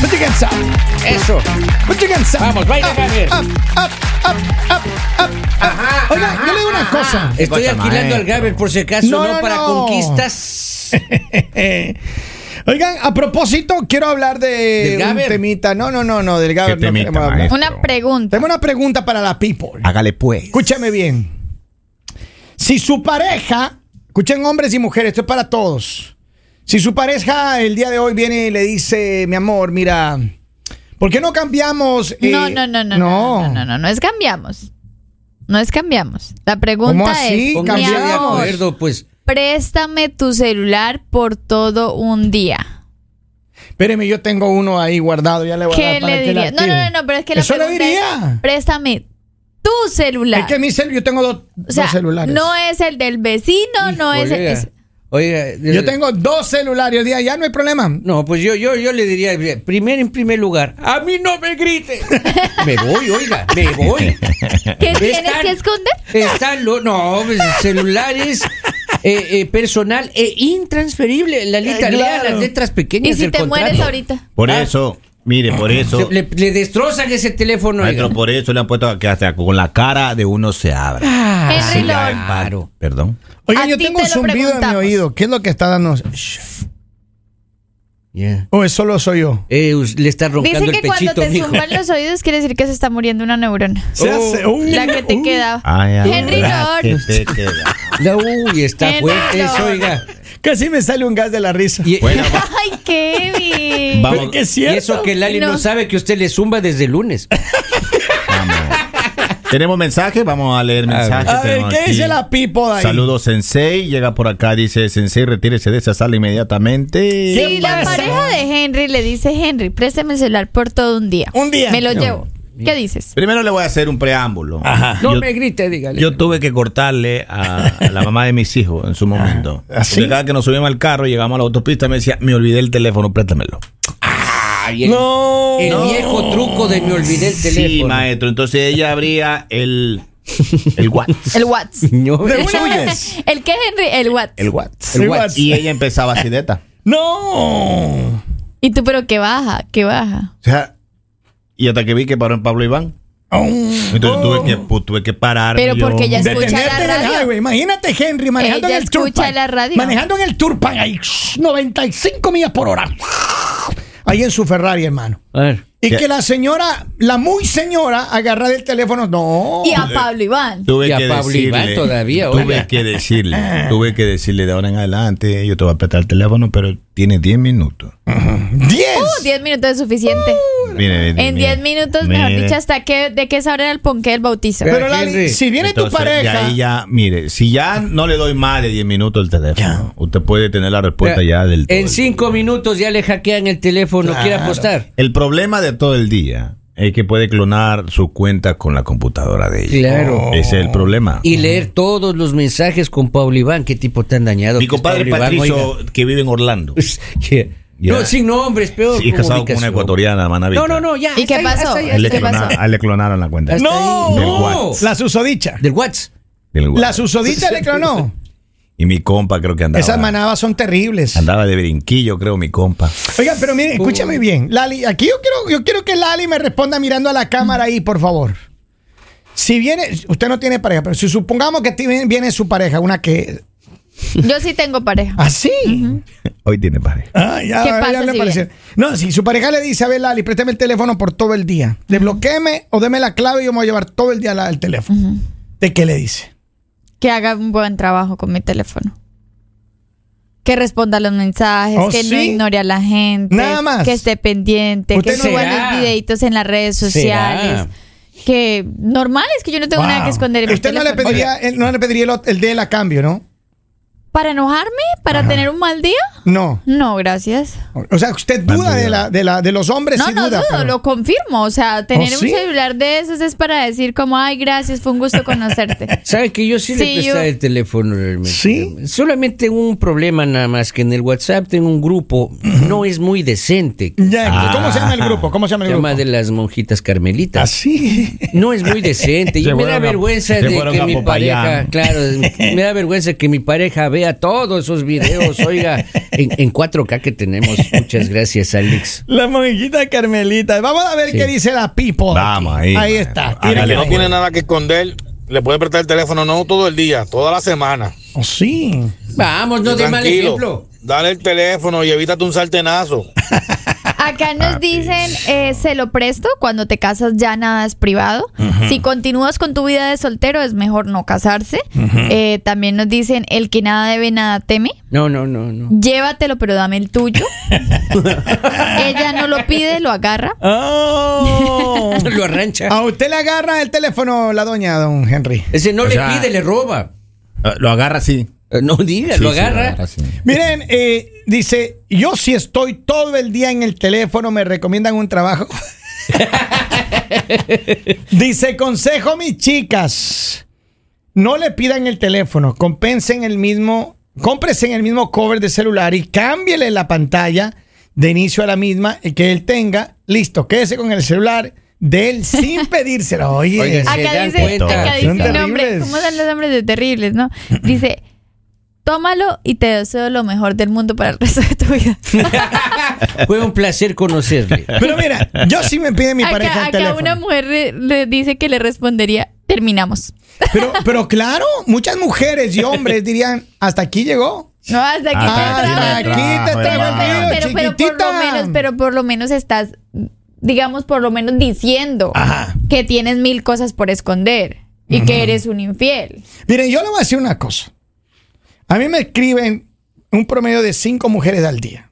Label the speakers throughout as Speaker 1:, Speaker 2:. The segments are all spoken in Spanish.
Speaker 1: Put your hands up.
Speaker 2: Eso.
Speaker 1: Put your hands up.
Speaker 2: Vamos, baila,
Speaker 3: Ah,
Speaker 1: Up,
Speaker 2: Javier.
Speaker 1: up, up, up, up, up, up. Oiga, yo le digo una cosa.
Speaker 2: Estoy
Speaker 4: Cosa,
Speaker 2: alquilando
Speaker 4: maestro.
Speaker 2: al Gaber por si acaso,
Speaker 1: No,
Speaker 2: no,
Speaker 1: no,
Speaker 2: para
Speaker 1: no.
Speaker 2: conquistas.
Speaker 1: Oigan, a propósito, quiero hablar de
Speaker 2: Ah. ¿Del
Speaker 1: un
Speaker 2: Gaber?
Speaker 1: temita. No, no, no, no, del Gaber. no
Speaker 4: temita,
Speaker 1: queremos hablar.
Speaker 4: maestro?
Speaker 3: Una pregunta.
Speaker 1: Tengo una pregunta para la people.
Speaker 2: Ah.
Speaker 4: Hágale pues.
Speaker 1: Escúchame bien. Si su pareja, escuchen hombres y mujeres, esto es para todos. Si su pareja el día de hoy viene y le dice, mi amor, mira, ¿por qué no cambiamos? eh,
Speaker 3: No, no, no, no, no, no, no, no, no, no es cambiamos. No es cambiamos. La
Speaker 1: ¿Cómo
Speaker 3: pregunta
Speaker 1: así?
Speaker 3: es, mi
Speaker 2: Pónganse de
Speaker 3: amor,
Speaker 2: acuerdo, pues.
Speaker 3: préstame tu celular por todo un día.
Speaker 1: Espéreme, yo tengo uno ahí guardado, ya le voy a
Speaker 3: ¿Qué
Speaker 1: dar para
Speaker 3: le
Speaker 1: que la
Speaker 3: diría? No,
Speaker 1: active.
Speaker 3: no, no, no, pero es que la
Speaker 1: Eso le
Speaker 3: pregunta es,
Speaker 1: diría.
Speaker 3: préstame tu celular.
Speaker 1: Es que mi celular, yo tengo dos,
Speaker 3: o sea,
Speaker 1: dos celulares.
Speaker 3: no es el del vecino, no es el...
Speaker 2: Oiga,
Speaker 3: es-
Speaker 2: oiga,
Speaker 1: Yo tengo dos celulares, día ya no hay problema.
Speaker 2: No, pues yo, yo, yo le diría, primero en primer lugar, a mí no me grite. me voy, oiga, me voy.
Speaker 3: ¿Qué tienes
Speaker 2: Están-
Speaker 3: que esconder?
Speaker 2: Están lo- no, pues, celulares eh, eh, personal e intransferible. La lista,
Speaker 1: Eh,
Speaker 2: lea
Speaker 1: claro.
Speaker 2: las letras pequeñas
Speaker 3: ¿Y si
Speaker 2: del
Speaker 3: te
Speaker 2: contrato.
Speaker 3: mueres ahorita?
Speaker 4: Por
Speaker 2: Ah.
Speaker 4: eso, mire, por
Speaker 2: Se-
Speaker 4: eso.
Speaker 2: Le, le destrozan ese teléfono. oiga.
Speaker 4: Maestro, por eso le han puesto a que hasta con la cara de uno se abra.
Speaker 1: Ah,
Speaker 3: Henry
Speaker 4: la
Speaker 3: Lord.
Speaker 4: empa- Perdón.
Speaker 1: Oye,
Speaker 3: A
Speaker 1: yo
Speaker 3: ti
Speaker 1: tengo
Speaker 3: te
Speaker 1: un
Speaker 3: lo
Speaker 1: zumbido en mi
Speaker 3: preguntamos.
Speaker 1: oído. ¿Qué es lo que está dando?
Speaker 2: Yeah.
Speaker 1: ¿O es solo soy yo?
Speaker 2: Eh, us- le está roncando el
Speaker 3: Dicen que cuando
Speaker 2: pechito,
Speaker 3: te
Speaker 2: mijo.
Speaker 3: zumban los oídos quiere decir que se está muriendo una neurona.
Speaker 1: Se
Speaker 2: Oh.
Speaker 1: hace un-
Speaker 3: La que te quedaba. Henry Lord.
Speaker 2: La- uy, está
Speaker 3: Henry
Speaker 2: fuerte eso,
Speaker 3: Lord.
Speaker 2: oiga.
Speaker 1: Casi me sale un gas de la risa.
Speaker 2: Y,
Speaker 4: Bueno,
Speaker 3: Ay, Kevin.
Speaker 4: Vamos.
Speaker 1: Pero que es
Speaker 2: y
Speaker 1: cierto.
Speaker 2: eso que Lali no.
Speaker 3: No.
Speaker 2: sabe que usted le zumba desde el lunes.
Speaker 4: tenemos mensaje, vamos a leer mensaje.
Speaker 1: A ver,
Speaker 4: tenemos
Speaker 1: ¿qué
Speaker 4: aquí.
Speaker 1: dice la pipo de ahí?
Speaker 4: Saludos, Sensei. Llega por acá, dice Sensei, retírese de esa sala inmediatamente.
Speaker 3: Si la
Speaker 1: pasa?
Speaker 3: pareja de Henry le dice, Henry, préstame el celular por todo un día.
Speaker 1: Un día.
Speaker 3: Me lo llevo. ¿Qué dices?
Speaker 4: Primero le voy a hacer un preámbulo.
Speaker 2: No
Speaker 4: Yo-
Speaker 2: me grite, dígale.
Speaker 4: Yo tuve que cortarle a, a la mamá de mis hijos en su
Speaker 2: Ah,
Speaker 4: momento.
Speaker 1: ¿Así?
Speaker 4: Porque cada que nos subíamos al carro, llegamos a la autopista, me decía, me olvidé el teléfono, préstamelo.
Speaker 2: Ay, el,
Speaker 1: No.
Speaker 2: el viejo truco de me olvidé el teléfono.
Speaker 4: Sí, maestro. Entonces ella abría el, el WhatsApp.
Speaker 3: El Watts.
Speaker 2: No,
Speaker 1: De
Speaker 2: eso-
Speaker 1: una-
Speaker 3: ¿El qué, Henry? El Watts.
Speaker 4: El WhatsApp.
Speaker 1: El
Speaker 2: WhatsApp.
Speaker 4: Y ella empezaba así de esta.
Speaker 1: No.
Speaker 3: Y tú, pero que baja, que baja.
Speaker 4: O sea, y hasta que vi que paró en Pablo Iván.
Speaker 2: Oh.
Speaker 4: Entonces tuve, que, pu- tuve que parar.
Speaker 3: Pero porque ella
Speaker 4: se
Speaker 3: escucha
Speaker 1: Detenerte
Speaker 3: la
Speaker 1: en el
Speaker 3: radio.
Speaker 1: highway. Imagínate Henry manejando
Speaker 3: Ella
Speaker 1: en el
Speaker 3: escucha
Speaker 1: Turpan.
Speaker 3: la radio.
Speaker 1: Manejando en el Turpan ahí. 95 millas por hora. Ahí en su Ferrari, hermano.
Speaker 2: A ver.
Speaker 1: Y
Speaker 4: Ya.
Speaker 1: que la señora, la muy señora, agarra del teléfono. No.
Speaker 3: Y a Pablo Iván.
Speaker 4: Tuve
Speaker 2: Y a
Speaker 4: que
Speaker 2: Pablo
Speaker 4: decirle,
Speaker 2: Iván todavía,
Speaker 4: tuve
Speaker 2: oiga.
Speaker 4: que decirle, tuve que decirle de ahora en adelante, yo te voy a apretar el teléfono, pero tiene 10 minutos.
Speaker 1: 10.
Speaker 3: Uh, 10 minutos es suficiente.
Speaker 4: Mire, mire,
Speaker 3: En 10
Speaker 4: mire,
Speaker 3: minutos, mejor
Speaker 4: mire.
Speaker 3: dicho, hasta que, de qué hora era el ponqué del bautizo.
Speaker 1: Pero
Speaker 2: Henry.
Speaker 1: Lali, si viene tu
Speaker 4: Entonces,
Speaker 1: pareja.
Speaker 4: ya ahí ya, mire, si ya no le doy más de 10 minutos el teléfono, usted puede tener la respuesta ya del todo
Speaker 2: En
Speaker 4: el
Speaker 2: cinco minutos ya le hackean el teléfono, quiere apostar.
Speaker 4: día. El problema de todo el día es que puede clonar su cuenta con la computadora de ella.
Speaker 2: Claro.
Speaker 4: Ese es el problema.
Speaker 2: Y leer todos los mensajes con Pablo Iván, qué tipo tan dañado. que
Speaker 4: Mi
Speaker 2: es
Speaker 4: compadre
Speaker 2: Pablo Iván,
Speaker 4: Patricio,
Speaker 2: oiga.
Speaker 4: que vive en Orlando,
Speaker 2: Que-
Speaker 4: Ya.
Speaker 2: No, sin nombre, es peor.
Speaker 4: sí, es
Speaker 2: como
Speaker 4: casado con una
Speaker 2: ubicación.
Speaker 4: ecuatoriana, manavita.
Speaker 2: No, no, no, ya.
Speaker 3: ¿Y qué
Speaker 2: hasta ahí,
Speaker 3: pasó?
Speaker 2: hasta ahí,
Speaker 4: A él le,
Speaker 3: ¿Qué
Speaker 2: hasta ahí.
Speaker 3: pasó?
Speaker 4: clona- a él le clonaron la cuenta.
Speaker 2: Hasta
Speaker 1: No.
Speaker 2: ahí.
Speaker 4: Del
Speaker 2: No.
Speaker 1: La susodicha.
Speaker 2: Del WhatsApp.
Speaker 4: del
Speaker 1: La
Speaker 4: lugar.
Speaker 1: susodicha le clonó.
Speaker 4: Y mi compa creo que andaba.
Speaker 1: Esas manabas son terribles.
Speaker 4: Andaba de brinquillo, creo, mi compa.
Speaker 1: Oigan, pero
Speaker 3: Uh.
Speaker 1: miren, escúchame bien. Lali, aquí yo quiero, yo quiero que Lali me responda mirando a la cámara ahí, por favor. Si viene, usted no tiene pareja, pero si supongamos que tiene- viene su pareja, una que. ¿Ah,
Speaker 3: Yo sí tengo pareja.
Speaker 1: Así.
Speaker 4: Hoy tiene pareja.
Speaker 1: Ah, ya,
Speaker 3: ¿Qué
Speaker 1: ya
Speaker 3: pasa
Speaker 1: le
Speaker 3: si
Speaker 1: pareció.
Speaker 3: viene?
Speaker 1: No, si su pareja le dice, a ver, Lali, préstame el teléfono por todo el día. Desbloquéeme o deme la clave y yo me voy a llevar todo el día la- el teléfono. ¿De qué le dice?
Speaker 3: que haga un buen trabajo con mi teléfono. Que responda a los mensajes,
Speaker 1: ¿Oh,
Speaker 3: que no
Speaker 1: sí?
Speaker 3: ignore a la gente,
Speaker 1: Nada más.
Speaker 3: que esté pendiente, que
Speaker 1: ¿Usted no-
Speaker 3: suba
Speaker 2: ¿Será?
Speaker 3: los videitos en las redes sociales. Que normal es que yo no tengo nada que
Speaker 1: Wow.
Speaker 3: esconder en mi
Speaker 1: Usted no le
Speaker 3: teléfono.
Speaker 1: pediría, el- no le pediría el, el de él a cambio, ¿no?
Speaker 3: ¿Para enojarme? ¿Para tener un mal día?
Speaker 1: No.
Speaker 3: No, gracias.
Speaker 1: O sea, usted duda de, la, de, la, de los hombres,
Speaker 3: No,
Speaker 1: sí
Speaker 3: no
Speaker 1: duda.
Speaker 3: dudo,
Speaker 1: pero- Oh,
Speaker 3: lo confirmo. O sea, tener
Speaker 1: sí?
Speaker 3: un celular de esos es para decir como, ay, gracias, fue un gusto conocerte.
Speaker 2: ¿Sabe que yo sí le
Speaker 3: Sí,
Speaker 2: prestaba
Speaker 3: yo-
Speaker 2: el teléfono realmente?
Speaker 1: ¿Sí?
Speaker 2: Solamente un problema nada más, que en el WhatsApp tengo un grupo, no es muy decente.
Speaker 1: Ya, ¿Cómo se llama el
Speaker 4: Ah.
Speaker 1: grupo? ¿Cómo se llama
Speaker 2: Se
Speaker 1: el grupo?
Speaker 2: llama de las monjitas carmelitas.
Speaker 1: Así.
Speaker 2: No es muy decente.
Speaker 4: Se
Speaker 2: Y me
Speaker 4: fueron
Speaker 2: da
Speaker 4: a-
Speaker 2: vergüenza
Speaker 4: se
Speaker 2: de
Speaker 4: fueron
Speaker 2: que
Speaker 4: a
Speaker 2: mi
Speaker 4: Popayán.
Speaker 2: pareja, claro, me da vergüenza que mi pareja vea todos esos videos, oiga, en, en 4K que tenemos. Muchas gracias, Alex.
Speaker 1: La monjita Carmelita. Vamos a ver
Speaker 2: Sí.
Speaker 1: qué dice la people.
Speaker 4: Vamos,
Speaker 1: aquí.
Speaker 4: ahí,
Speaker 1: Ahí
Speaker 4: maestro.
Speaker 1: está.
Speaker 4: Hágale, pues.
Speaker 1: Tírale.
Speaker 5: que no tiene nada que esconder, le puede prestar el teléfono no todo el día, toda la semana.
Speaker 1: Oh, sí.
Speaker 2: Vamos, no de mal
Speaker 5: Tranquilo,
Speaker 2: ejemplo.
Speaker 5: Dale el teléfono y evítate un saltenazo.
Speaker 3: Acá nos dicen, eh, se lo presto, cuando te casas ya nada es privado. Si continúas con tu vida de soltero es mejor no casarse. Eh, también nos dicen, el que nada debe, nada teme.
Speaker 2: No, no, no, no.
Speaker 3: Llévatelo, pero dame el tuyo. Ella no lo pide, lo agarra.
Speaker 1: Oh.
Speaker 2: Lo arrancha.
Speaker 4: Ah.
Speaker 1: a usted le agarra el teléfono la doña, don Henry.
Speaker 2: Ese no
Speaker 4: O
Speaker 2: le
Speaker 4: sea-
Speaker 2: pide, le roba.
Speaker 4: Ah, Lo agarra así.
Speaker 2: Eh, No diga,
Speaker 4: Sí,
Speaker 2: lo
Speaker 4: sí,
Speaker 2: agarra.
Speaker 4: así.
Speaker 1: Miren, eh, dice, yo si estoy todo el día en el teléfono, me recomiendan un trabajo. dice, consejo mis chicas, no le pidan el teléfono, compensen el mismo, cómpresen el mismo cover de celular y cámbiele la pantalla de inicio a la misma eh, que él tenga. Listo, quédese con el celular de él sin pedírselo. Oye,
Speaker 2: Oiga, sí.
Speaker 3: Acá
Speaker 2: dan
Speaker 3: dice,
Speaker 2: cuenta.
Speaker 3: acá dice
Speaker 1: Son
Speaker 3: un hombre,
Speaker 1: terribles.
Speaker 3: ¿cómo son los hombres de terribles, no? Dice, tómalo y te deseo lo mejor del mundo para el resto de tu vida.
Speaker 2: Fue un placer conocerle.
Speaker 1: pero mira, yo sí me pide mi pareja
Speaker 3: acá
Speaker 1: el
Speaker 3: acá
Speaker 1: teléfono.
Speaker 3: una mujer le, le dice que le respondería, terminamos.
Speaker 1: Pero, pero claro, muchas mujeres y hombres dirían, hasta aquí llegó.
Speaker 3: No, hasta aquí.
Speaker 4: Ah,
Speaker 3: te
Speaker 1: Hasta
Speaker 3: trabajo.
Speaker 1: aquí te
Speaker 4: Pero,
Speaker 1: traigo el
Speaker 3: pero,
Speaker 1: video,
Speaker 3: pero, pero por lo
Speaker 1: Ah, chiquitita.
Speaker 3: menos, pero por lo menos estás, digamos, por lo menos diciendo
Speaker 1: Ajá.
Speaker 3: que tienes mil cosas por esconder y que eres un infiel.
Speaker 1: Miren, yo le voy a decir una cosa. A mí me escriben un promedio de cinco mujeres al día.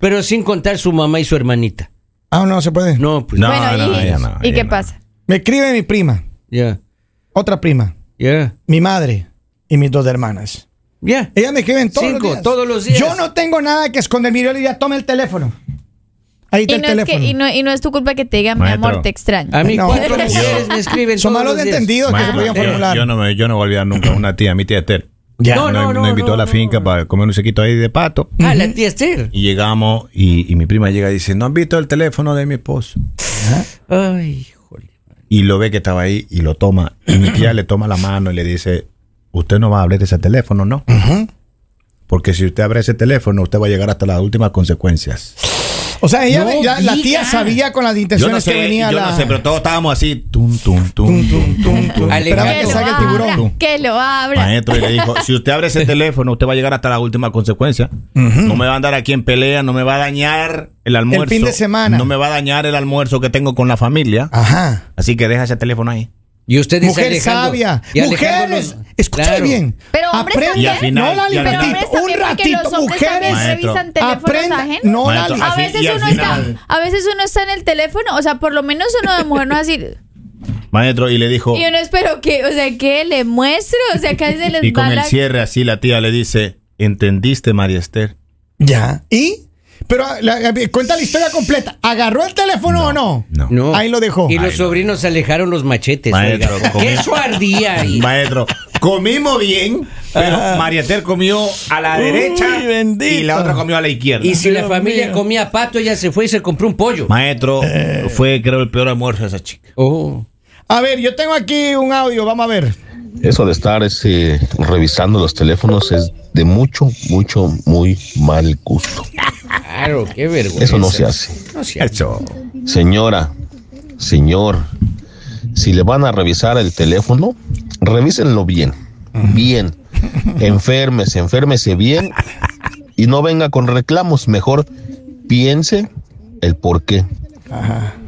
Speaker 2: Pero sin contar su mamá y su hermanita.
Speaker 1: Ah, no, se puede.
Speaker 2: No, pues.
Speaker 4: No,
Speaker 3: bueno, y,
Speaker 4: ya no,
Speaker 3: ¿y
Speaker 4: ya
Speaker 3: qué
Speaker 4: no.
Speaker 3: pasa?
Speaker 1: Me escribe mi prima,
Speaker 2: Ya,
Speaker 1: otra prima,
Speaker 2: ya,
Speaker 1: mi madre y mis dos hermanas.
Speaker 2: ya.
Speaker 1: Ellas me escriben todos
Speaker 2: Cinco,
Speaker 1: los días.
Speaker 2: todos los días.
Speaker 1: Yo no tengo nada que esconder. Mira, yo le diría, toma el teléfono. Ahí está
Speaker 3: Y
Speaker 1: el
Speaker 3: no, es que,
Speaker 1: teléfono.
Speaker 3: y, no, y no es tu culpa que te digan, mi
Speaker 4: Maestro.
Speaker 3: amor, te extraño.
Speaker 2: A mí
Speaker 1: No.
Speaker 2: cuatro mujeres me escriben.
Speaker 1: Son
Speaker 2: todos
Speaker 1: malos
Speaker 2: los días.
Speaker 1: entendidos que se
Speaker 4: Maestro,
Speaker 1: podían
Speaker 4: eh,
Speaker 1: formular.
Speaker 4: yo, no me, yo no voy a olvidar nunca una tía, mi tía Esther.
Speaker 2: Ya.
Speaker 4: No, no, nos invitó a la
Speaker 2: no,
Speaker 4: finca
Speaker 2: no.
Speaker 4: para comer un sequito ahí de pato.
Speaker 2: Ah, la tía Esther.
Speaker 4: Y llegamos y, y mi prima llega y dice, ¿no han visto el teléfono de mi esposo?
Speaker 2: Ay, híjole.
Speaker 4: Y lo ve que estaba ahí y lo toma. Y mi tía le toma la mano y le dice, usted no va a abrir ese teléfono, ¿no? Porque si usted abre ese teléfono, usted va a llegar hasta las últimas consecuencias.
Speaker 1: O sea, ella,
Speaker 2: No
Speaker 1: ya- la tía
Speaker 2: diga.
Speaker 1: sabía con las
Speaker 4: Yo
Speaker 1: intenciones
Speaker 4: no sé,
Speaker 1: que venía
Speaker 4: yo
Speaker 1: la...
Speaker 4: no sé, pero todos estábamos así. Tum, tum, tum,
Speaker 1: Tum,
Speaker 4: tum, tum, tum.
Speaker 1: Esperaba
Speaker 3: que
Speaker 1: que
Speaker 3: lo
Speaker 1: salga el
Speaker 3: abra,
Speaker 1: tiburón.
Speaker 3: que lo abra.
Speaker 4: Maestro, y le dijo, si usted abre ese teléfono, usted va a llegar hasta la última consecuencia. No me va a andar aquí en pelea, no me va a dañar el almuerzo.
Speaker 1: fin de semana.
Speaker 4: No me va a dañar el almuerzo que tengo con la familia.
Speaker 1: Ajá.
Speaker 4: Así que deja ese teléfono ahí.
Speaker 2: Y usted dice
Speaker 1: Mujer
Speaker 2: Alejandro-
Speaker 1: sabia.
Speaker 2: y Alejandro
Speaker 1: Mujeres.
Speaker 2: nos-
Speaker 1: Escucha
Speaker 2: Claro.
Speaker 1: bien.
Speaker 3: Pero hombres
Speaker 1: Aprendan-
Speaker 4: Y al final-
Speaker 1: no la
Speaker 4: y al
Speaker 3: Pero
Speaker 4: final-
Speaker 1: libertad.
Speaker 3: hombres también,
Speaker 1: Un
Speaker 3: porque
Speaker 1: ratito,
Speaker 3: los hombres también
Speaker 1: mujeres.
Speaker 4: Maestro.
Speaker 3: revisan teléfonos
Speaker 1: Aprendan.
Speaker 3: ajenos.
Speaker 1: No la
Speaker 4: Maestro,
Speaker 3: A
Speaker 4: Así,
Speaker 3: veces
Speaker 4: y al
Speaker 3: uno
Speaker 4: final-
Speaker 3: está, a veces uno está en el teléfono, o sea, por lo menos uno de mujer no así. Y
Speaker 4: Maestro, y le dijo,
Speaker 3: uno espero que, o sea, que le muestro, o sea, que a veces les
Speaker 4: y con
Speaker 3: va
Speaker 4: el
Speaker 3: la
Speaker 4: cierre así la tía le dice, ¿entendiste, María Esther?
Speaker 1: Ya. ¿Y? Pero ah, la- cuenta la historia completa. ¿Agarró el teléfono o no?
Speaker 4: No.
Speaker 2: No.
Speaker 1: Ahí lo dejó.
Speaker 2: Y los
Speaker 4: Ahí lo
Speaker 2: sobrinos alejaron los machetes.
Speaker 4: Maestro,
Speaker 2: oiga.
Speaker 4: comí-
Speaker 2: ¿Qué eso ardía ahí?
Speaker 4: Maestro, comimos bien, pero María Esther comió a la
Speaker 1: Uy,
Speaker 4: derecha y
Speaker 1: bendito.
Speaker 4: la otra comió a la izquierda.
Speaker 2: Y si la
Speaker 1: Dios
Speaker 2: familia
Speaker 1: mío.
Speaker 2: comía pato, ella se fue y se compró un pollo.
Speaker 4: Maestro, fue creo el peor almuerzo de esa chica.
Speaker 2: Oh.
Speaker 1: A ver, yo tengo aquí un audio. Vamos a ver.
Speaker 6: Eso de estar este, revisando los teléfonos es de mucho, mucho, muy mal gusto.
Speaker 2: Claro, qué vergüenza.
Speaker 6: Eso no se hace.
Speaker 2: No se hace.
Speaker 6: Señora, señor, si le van a revisar el teléfono, revísenlo bien, bien. Enférmese, enférmese bien y no venga con reclamos. Mejor piense el por qué.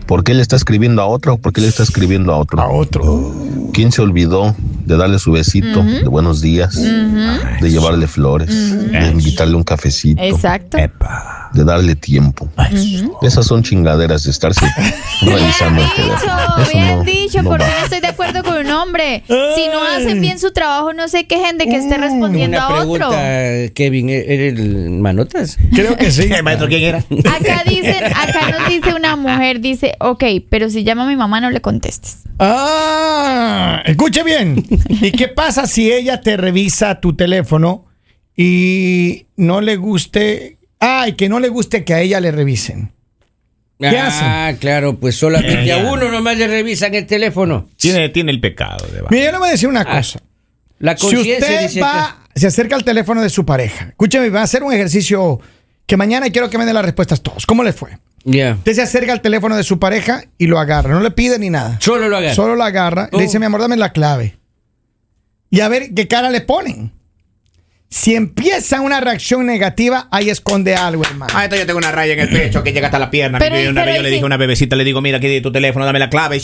Speaker 6: ¿Por qué le está escribiendo a otro? ¿Por qué le está escribiendo a otro?
Speaker 1: A otro.
Speaker 6: ¿Quién se olvidó de darle su besito, de buenos días, de llevarle flores, de invitarle un cafecito,
Speaker 3: Exacto.
Speaker 6: de darle tiempo? Esas son chingaderas de estarse
Speaker 3: Bien
Speaker 6: revisando el teléfono.
Speaker 3: dicho,
Speaker 6: Eso
Speaker 3: bien
Speaker 6: no-
Speaker 3: dicho,
Speaker 6: no
Speaker 3: porque
Speaker 6: va.
Speaker 3: no estoy de acuerdo con un hombre. Si no hacen bien su trabajo, no sé qué gente que esté respondiendo
Speaker 2: Una
Speaker 3: a otro.
Speaker 2: pregunta, Kevin, ¿e- ¿eres el manotas?
Speaker 1: Creo que sí.
Speaker 4: maestro, ¿quién era?
Speaker 3: Acá dicen, acá nos dice una mujer, dice, ok, pero si llama a mi mamá no le contestes.
Speaker 1: Ah, escuche bien. ¿Y qué pasa si ella te revisa tu teléfono y no le guste? Ay, que no le guste que a ella le revisen. ¿Qué
Speaker 2: ah, claro, pues solamente
Speaker 4: Ya, ya.
Speaker 2: a uno nomás le revisan el teléfono.
Speaker 4: Tiene, tiene el pecado de
Speaker 1: Mira, yo le voy a decir una
Speaker 2: Ah.
Speaker 1: cosa.
Speaker 2: La
Speaker 1: Si
Speaker 2: conciencia
Speaker 1: usted
Speaker 2: dice
Speaker 1: va, se acerca al teléfono de su pareja, escúcheme, va a hacer un ejercicio que mañana quiero que me den las respuestas todos. ¿Cómo le fue?
Speaker 2: que- Ya.
Speaker 1: Usted se acerca al teléfono de su pareja y lo agarra, no le pide ni nada.
Speaker 2: Solo lo hagan.
Speaker 1: Solo la agarra,
Speaker 2: Oh.
Speaker 1: le dice, mi amor, dame la clave. Y a ver qué cara le ponen. Si empieza una reacción negativa, ahí esconde algo, hermano.
Speaker 7: Ah, esto yo tengo una raya en el pecho que llega hasta la pierna.
Speaker 3: Pero-
Speaker 7: Mira, y una
Speaker 3: pero
Speaker 7: vez yo
Speaker 3: ahí
Speaker 7: le
Speaker 3: sí.
Speaker 7: dije a una bebecita, le digo, mira, aquí tiene tu teléfono, dame la clave.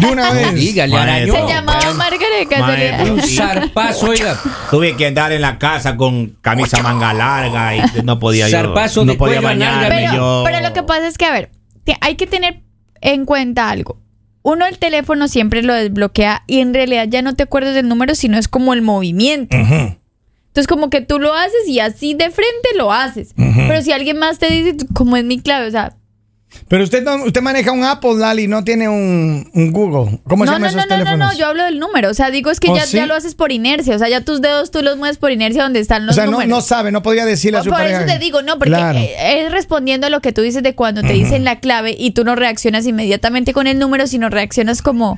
Speaker 1: De una vez.
Speaker 2: Dígale, arañó.
Speaker 7: Maestro.
Speaker 3: Se llamaba Margaret
Speaker 7: Maestro.
Speaker 3: Casualidad.
Speaker 2: Un zarpazo, oiga.
Speaker 7: Tuve que andar en la casa con camisa manga larga y no podía yo.
Speaker 2: Zarpazo
Speaker 7: no
Speaker 2: de
Speaker 7: podía
Speaker 2: cuello a nalga.
Speaker 7: bañarme
Speaker 2: Dígame
Speaker 3: Pero,
Speaker 7: yo.
Speaker 3: pero lo que pasa es que, a ver, te- hay que tener en cuenta algo. Uno el teléfono siempre lo desbloquea y en realidad ya no te acuerdas del número, sino es como el movimiento. Entonces como que tú lo haces y así de frente lo haces. Pero si alguien más te dice, tú, como es mi clave, o sea,
Speaker 1: Pero usted, no- usted maneja un Apple, Lali, no tiene un, un Google. ¿Cómo se
Speaker 3: no, no,
Speaker 1: llaman
Speaker 3: no,
Speaker 1: esos
Speaker 3: no, no,
Speaker 1: teléfonos?
Speaker 3: no, yo hablo del número. O sea, digo es que
Speaker 1: ¿Oh,
Speaker 3: ya,
Speaker 1: sí?
Speaker 3: ya lo haces por inercia. O sea, ya tus dedos tú los mueves por inercia donde están
Speaker 1: o
Speaker 3: los
Speaker 1: sea, no,
Speaker 3: números.
Speaker 1: no sabe, no podría decirle a su
Speaker 3: Por
Speaker 1: pareja.
Speaker 3: eso te digo, no, porque
Speaker 1: Claro.
Speaker 3: eh, es respondiendo a lo que tú dices de cuando te dicen la clave y tú no reaccionas inmediatamente con el número, sino reaccionas como.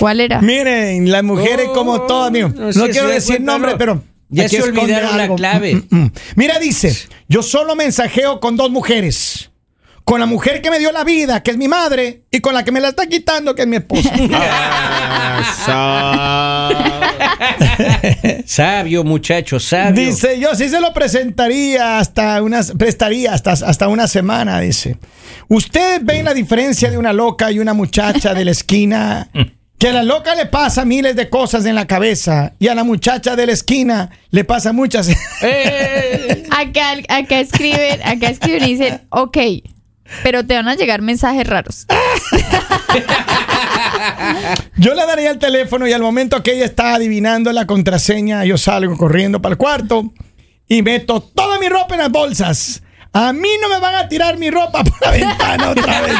Speaker 3: ¿Cuál era?
Speaker 1: Miren, las mujeres
Speaker 2: Oh,
Speaker 1: como todas, mijo.
Speaker 2: no
Speaker 1: No,
Speaker 2: sé, se
Speaker 1: quiero
Speaker 2: da
Speaker 1: decir
Speaker 2: cuenta,
Speaker 1: nombre,
Speaker 2: no.
Speaker 1: pero.
Speaker 2: Ya
Speaker 1: aquí
Speaker 2: se
Speaker 1: esconde
Speaker 2: olvidaron la
Speaker 1: algo.
Speaker 2: clave.
Speaker 1: Mm, mm. Mira, dice: Yo solo mensajeo con dos mujeres. Con la mujer que me dio la vida, que es mi madre, y con la que me la está quitando, que es mi esposa.
Speaker 2: Sabio, muchacho, sabio.
Speaker 1: Dice, yo sí se lo presentaría hasta unas, prestaría hasta, hasta una semana, dice. Ustedes ven la diferencia de una loca y una muchacha de la esquina. Que a la loca le pasa miles de cosas en la cabeza y a la muchacha de la esquina le pasa muchas.
Speaker 2: Eh,
Speaker 3: Acá, acá escriben, acá escriben y dicen, ok, pero te van a llegar mensajes raros.
Speaker 1: Yo le daría el teléfono y al momento que ella está adivinando la contraseña, yo salgo corriendo para el cuarto y meto toda mi ropa en las bolsas. A mí no me van a tirar mi ropa por la ventana otra vez.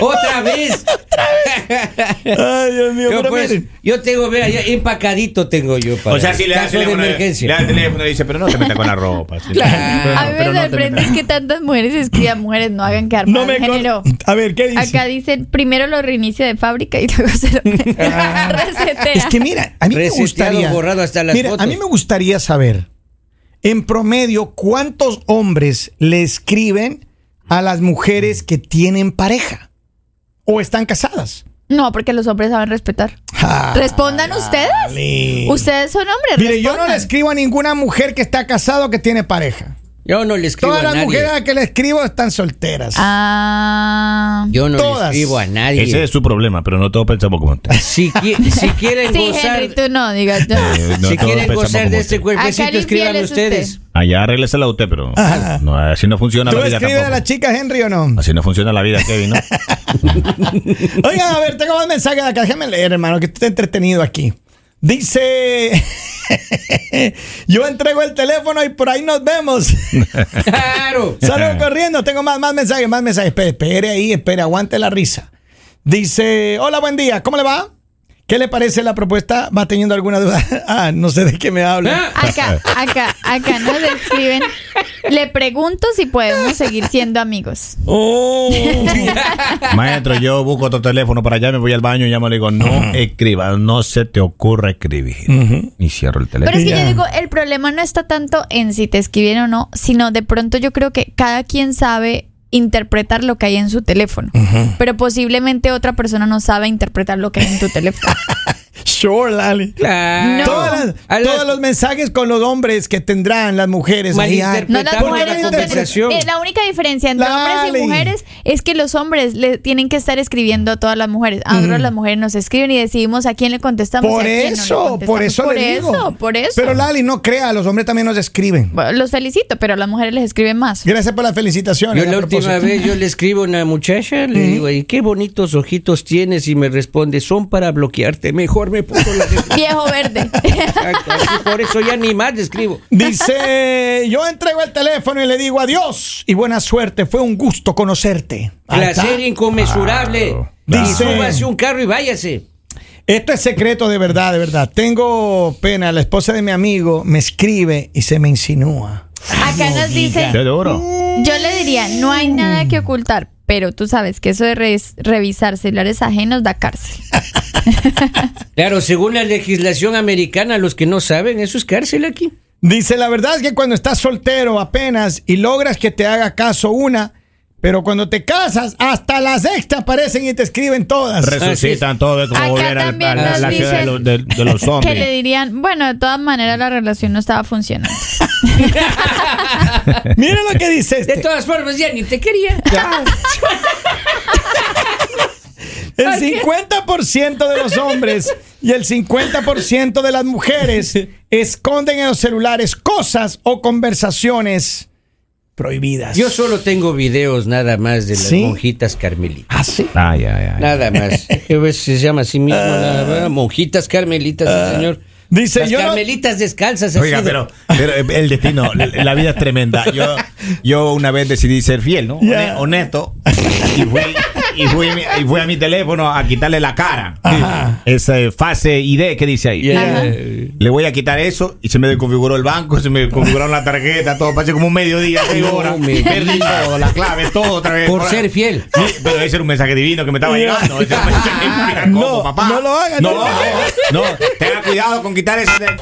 Speaker 2: Otra vez.
Speaker 1: Ay, Dios mío,
Speaker 2: Yo,
Speaker 1: pero
Speaker 2: pues,
Speaker 1: miren.
Speaker 2: yo tengo, vea, ya empacadito tengo yo para
Speaker 7: O sea, si le da el
Speaker 2: caso de
Speaker 7: teléfono, le-
Speaker 2: emergencia.
Speaker 7: le da el teléfono y dice, pero no te metas con la ropa. sí.
Speaker 1: Ah,
Speaker 2: Claro.
Speaker 3: a mí me
Speaker 7: Pero no te
Speaker 3: sorprende
Speaker 7: metas.
Speaker 3: es que tantas mujeres escriban, mujeres no hagan quedar
Speaker 1: No
Speaker 3: mal
Speaker 1: me
Speaker 3: el género.
Speaker 1: con- A ver, ¿qué dice?
Speaker 3: Acá dicen, primero lo reinicio de fábrica y luego se lo resetea.
Speaker 1: Ah, Es que mira, a mí me
Speaker 2: Reseteado,
Speaker 1: gustaría.
Speaker 2: borrado hasta las
Speaker 1: mira,
Speaker 2: fotos.
Speaker 1: a mí me gustaría saber, en promedio, cuántos hombres le escriben a las mujeres que tienen pareja o están casadas.
Speaker 3: No, porque los hombres saben respetar. Respondan ustedes.
Speaker 1: Dale.
Speaker 3: Ustedes son hombres.
Speaker 1: Ah, Mire, yo no
Speaker 3: respondan.
Speaker 1: le escribo a ninguna mujer que está casada o que tiene pareja.
Speaker 2: Yo no le escribo
Speaker 1: Todas
Speaker 2: a
Speaker 1: las
Speaker 2: nadie.
Speaker 1: mujeres a las que le escribo están solteras.
Speaker 3: Ah.
Speaker 2: Yo no
Speaker 1: todas.
Speaker 2: le escribo a nadie.
Speaker 4: Ese es su problema, pero no todos pensamos
Speaker 7: Eh,
Speaker 4: como usted.
Speaker 2: Si, qui- si quieren
Speaker 3: Sí,
Speaker 2: gozar,
Speaker 3: Henry, tú no, digas yo.
Speaker 4: Eh, no
Speaker 2: si
Speaker 4: todos
Speaker 2: quieren
Speaker 4: pensamos
Speaker 2: gozar
Speaker 4: como
Speaker 2: de este
Speaker 4: usted.
Speaker 3: Acá
Speaker 2: cuerpecito,
Speaker 3: el infiel
Speaker 2: escríbanme
Speaker 3: es usted.
Speaker 2: ustedes.
Speaker 4: Allá arréglesela usted, pero
Speaker 1: Ajá.
Speaker 4: no, así no funciona
Speaker 1: ¿Tú
Speaker 4: la vida
Speaker 1: escribes
Speaker 4: tampoco.
Speaker 1: a las chicas, Henry, o no?
Speaker 4: Así no funciona la vida, Kevin, ¿no?
Speaker 1: Oigan, a ver, tengo más mensajes de acá. Déjame leer, hermano, que está entretenido aquí. Dice: Yo entrego el teléfono y por ahí nos vemos.
Speaker 2: Claro.
Speaker 1: Salgo corriendo, tengo más, más mensajes, más mensajes. Espere, espere ahí, espere, aguante la risa. Dice: Hola, buen día, ¿cómo le va? ¿Qué le parece la propuesta? ¿Va teniendo alguna duda? Ah, no sé de qué me habla.
Speaker 2: Ah,
Speaker 3: Acá, acá, acá nos escriben. Le pregunto si podemos seguir siendo amigos.
Speaker 4: Maestro, yo busco otro teléfono para allá, me voy al baño y llamo y le digo, no escriba, no se te ocurra escribir. Y cierro el
Speaker 3: Pero
Speaker 4: teléfono.
Speaker 3: es que
Speaker 1: Ya.
Speaker 3: yo digo, el problema no está tanto en si te escriben o no, sino de pronto yo creo que cada quien sabe interpretar lo que hay en su teléfono. Pero posiblemente otra persona no sabe interpretar lo que hay en tu teléfono.
Speaker 1: Sure, Lali.
Speaker 2: claro.
Speaker 3: No.
Speaker 1: Todas las-
Speaker 2: A las-
Speaker 1: todos los mensajes con los hombres que tendrán las mujeres. ahí, ah,
Speaker 2: Malinterpre-
Speaker 3: No, las
Speaker 2: Respetable
Speaker 3: mujeres
Speaker 1: la
Speaker 3: no tenemos-
Speaker 2: conversación.
Speaker 3: eh, La única diferencia entre hombres
Speaker 1: Dale.
Speaker 3: y mujeres es que los hombres le tienen que estar escribiendo a todas las mujeres. Ahora las mujeres nos escriben y decidimos a quién le contestamos. y a
Speaker 1: Por
Speaker 3: quién no le
Speaker 1: eso,
Speaker 3: contestamos.
Speaker 1: por eso
Speaker 3: por
Speaker 1: le digo.
Speaker 3: eso, por eso.
Speaker 1: Pero Lali, no crea, los hombres también nos escriben.
Speaker 3: Bueno, los felicito, pero a las mujeres les escriben más.
Speaker 1: Gracias por las felicitaciones.
Speaker 2: Yo la
Speaker 1: a
Speaker 2: última
Speaker 1: propósito.
Speaker 2: vez yo le escribo a una muchacha, le digo, "Ay, qué bonitos ojitos tienes? Y me responde, son para bloquearte. Mejor me pongo la
Speaker 3: Viejo verde.
Speaker 2: Exacto, así, Por eso ya ni más le escribo.
Speaker 1: Dice, yo entrego el teléfono y le digo adiós y buena suerte, fue un gusto conocerte. Ahí
Speaker 2: Placer
Speaker 1: está.
Speaker 2: inconmensurable.
Speaker 4: Claro,
Speaker 2: Y
Speaker 1: claro.
Speaker 2: súbase un carro y váyase.
Speaker 1: Esto es secreto de verdad, de verdad. Tengo pena, la esposa de mi amigo me escribe y se me insinúa.
Speaker 3: Acá nos dicen,
Speaker 4: Te duro.
Speaker 3: yo le diría, no hay nada que ocultar, pero tú sabes que eso de res- revisar celulares ajenos da cárcel.
Speaker 2: Claro, según la legislación americana, los que no saben, eso es cárcel aquí.
Speaker 1: Dice, la verdad es que cuando estás soltero apenas y logras que te haga caso una, pero cucuando te casas, hasta las sexta aparecen y te escriben todas.
Speaker 7: Resucitan todo, es como
Speaker 3: Acá
Speaker 7: volver al-
Speaker 3: también
Speaker 7: a
Speaker 3: nos
Speaker 7: la ciudad de
Speaker 3: dicen
Speaker 7: los, de- de los
Speaker 3: Que le
Speaker 7: zombies.
Speaker 3: dirían, bueno, de todas maneras la relación no estaba funcionando.
Speaker 1: Mira lo que dice
Speaker 2: De
Speaker 1: este.
Speaker 2: todas formas, ya ni te quería.
Speaker 1: El 50% de los hombres y el 50% de las mujeres esconden en los celulares cosas o conversaciones prohibidas.
Speaker 2: Yo solo tengo videos nada más de las
Speaker 1: ¿Sí?
Speaker 2: monjitas carmelitas.
Speaker 1: ¿Ah, sí?
Speaker 7: Ay, ay, ay.
Speaker 2: Nada más. Que a veces se llama así mismo, nada más. Monjitas carmelitas, sí, señor.
Speaker 1: Dice,
Speaker 2: Las
Speaker 1: yo no-
Speaker 2: carmelitas descalzas. así
Speaker 4: Oiga,
Speaker 2: de-
Speaker 4: pero, pero eh, el destino, la vida es tremenda. Yo, yo una vez decidí ser fiel, ¿no?
Speaker 1: Ya.
Speaker 4: Hone- Honesto. Y fui, y, fui, a mi- y fui a mi teléfono a quitarle la cara. Esa eh, fase ID que dice ahí.
Speaker 2: Y-
Speaker 3: Ajá.
Speaker 4: Le voy a quitar eso y se me desconfiguró el banco, se me desconfiguraron la tarjeta, todo. Pasé como un mediodía, seis
Speaker 2: No,
Speaker 4: horas.
Speaker 2: mi
Speaker 4: Perdí todo, la clave, todo otra vez.
Speaker 2: Por
Speaker 4: Ahora-
Speaker 2: ser fiel.
Speaker 4: Sí, pero ese era un mensaje divino que me estaba llegando. Ese era un mensaje mira,
Speaker 1: No,
Speaker 4: ¿cómo, papá.
Speaker 1: no lo hagas,
Speaker 4: No,
Speaker 1: no lo
Speaker 4: no, no. Tenga cuidado con quitar ese. de-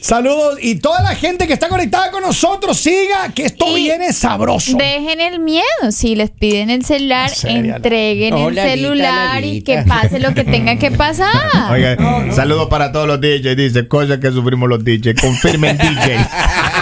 Speaker 1: Saludos y toda la gente que está conectada con nosotros, siga que esto
Speaker 3: Y
Speaker 1: viene sabroso.
Speaker 3: Dejen el miedo, si les piden el celular,
Speaker 1: En serio,
Speaker 3: entreguen
Speaker 2: no,
Speaker 3: el
Speaker 2: Lalita,
Speaker 3: celular y
Speaker 2: Lalita.
Speaker 3: que pase lo que tenga que pasar.
Speaker 4: Ah, Oiga, saludos para todos los DJs, dice, cosas que sufrimos los DJs. Confirmen DJ.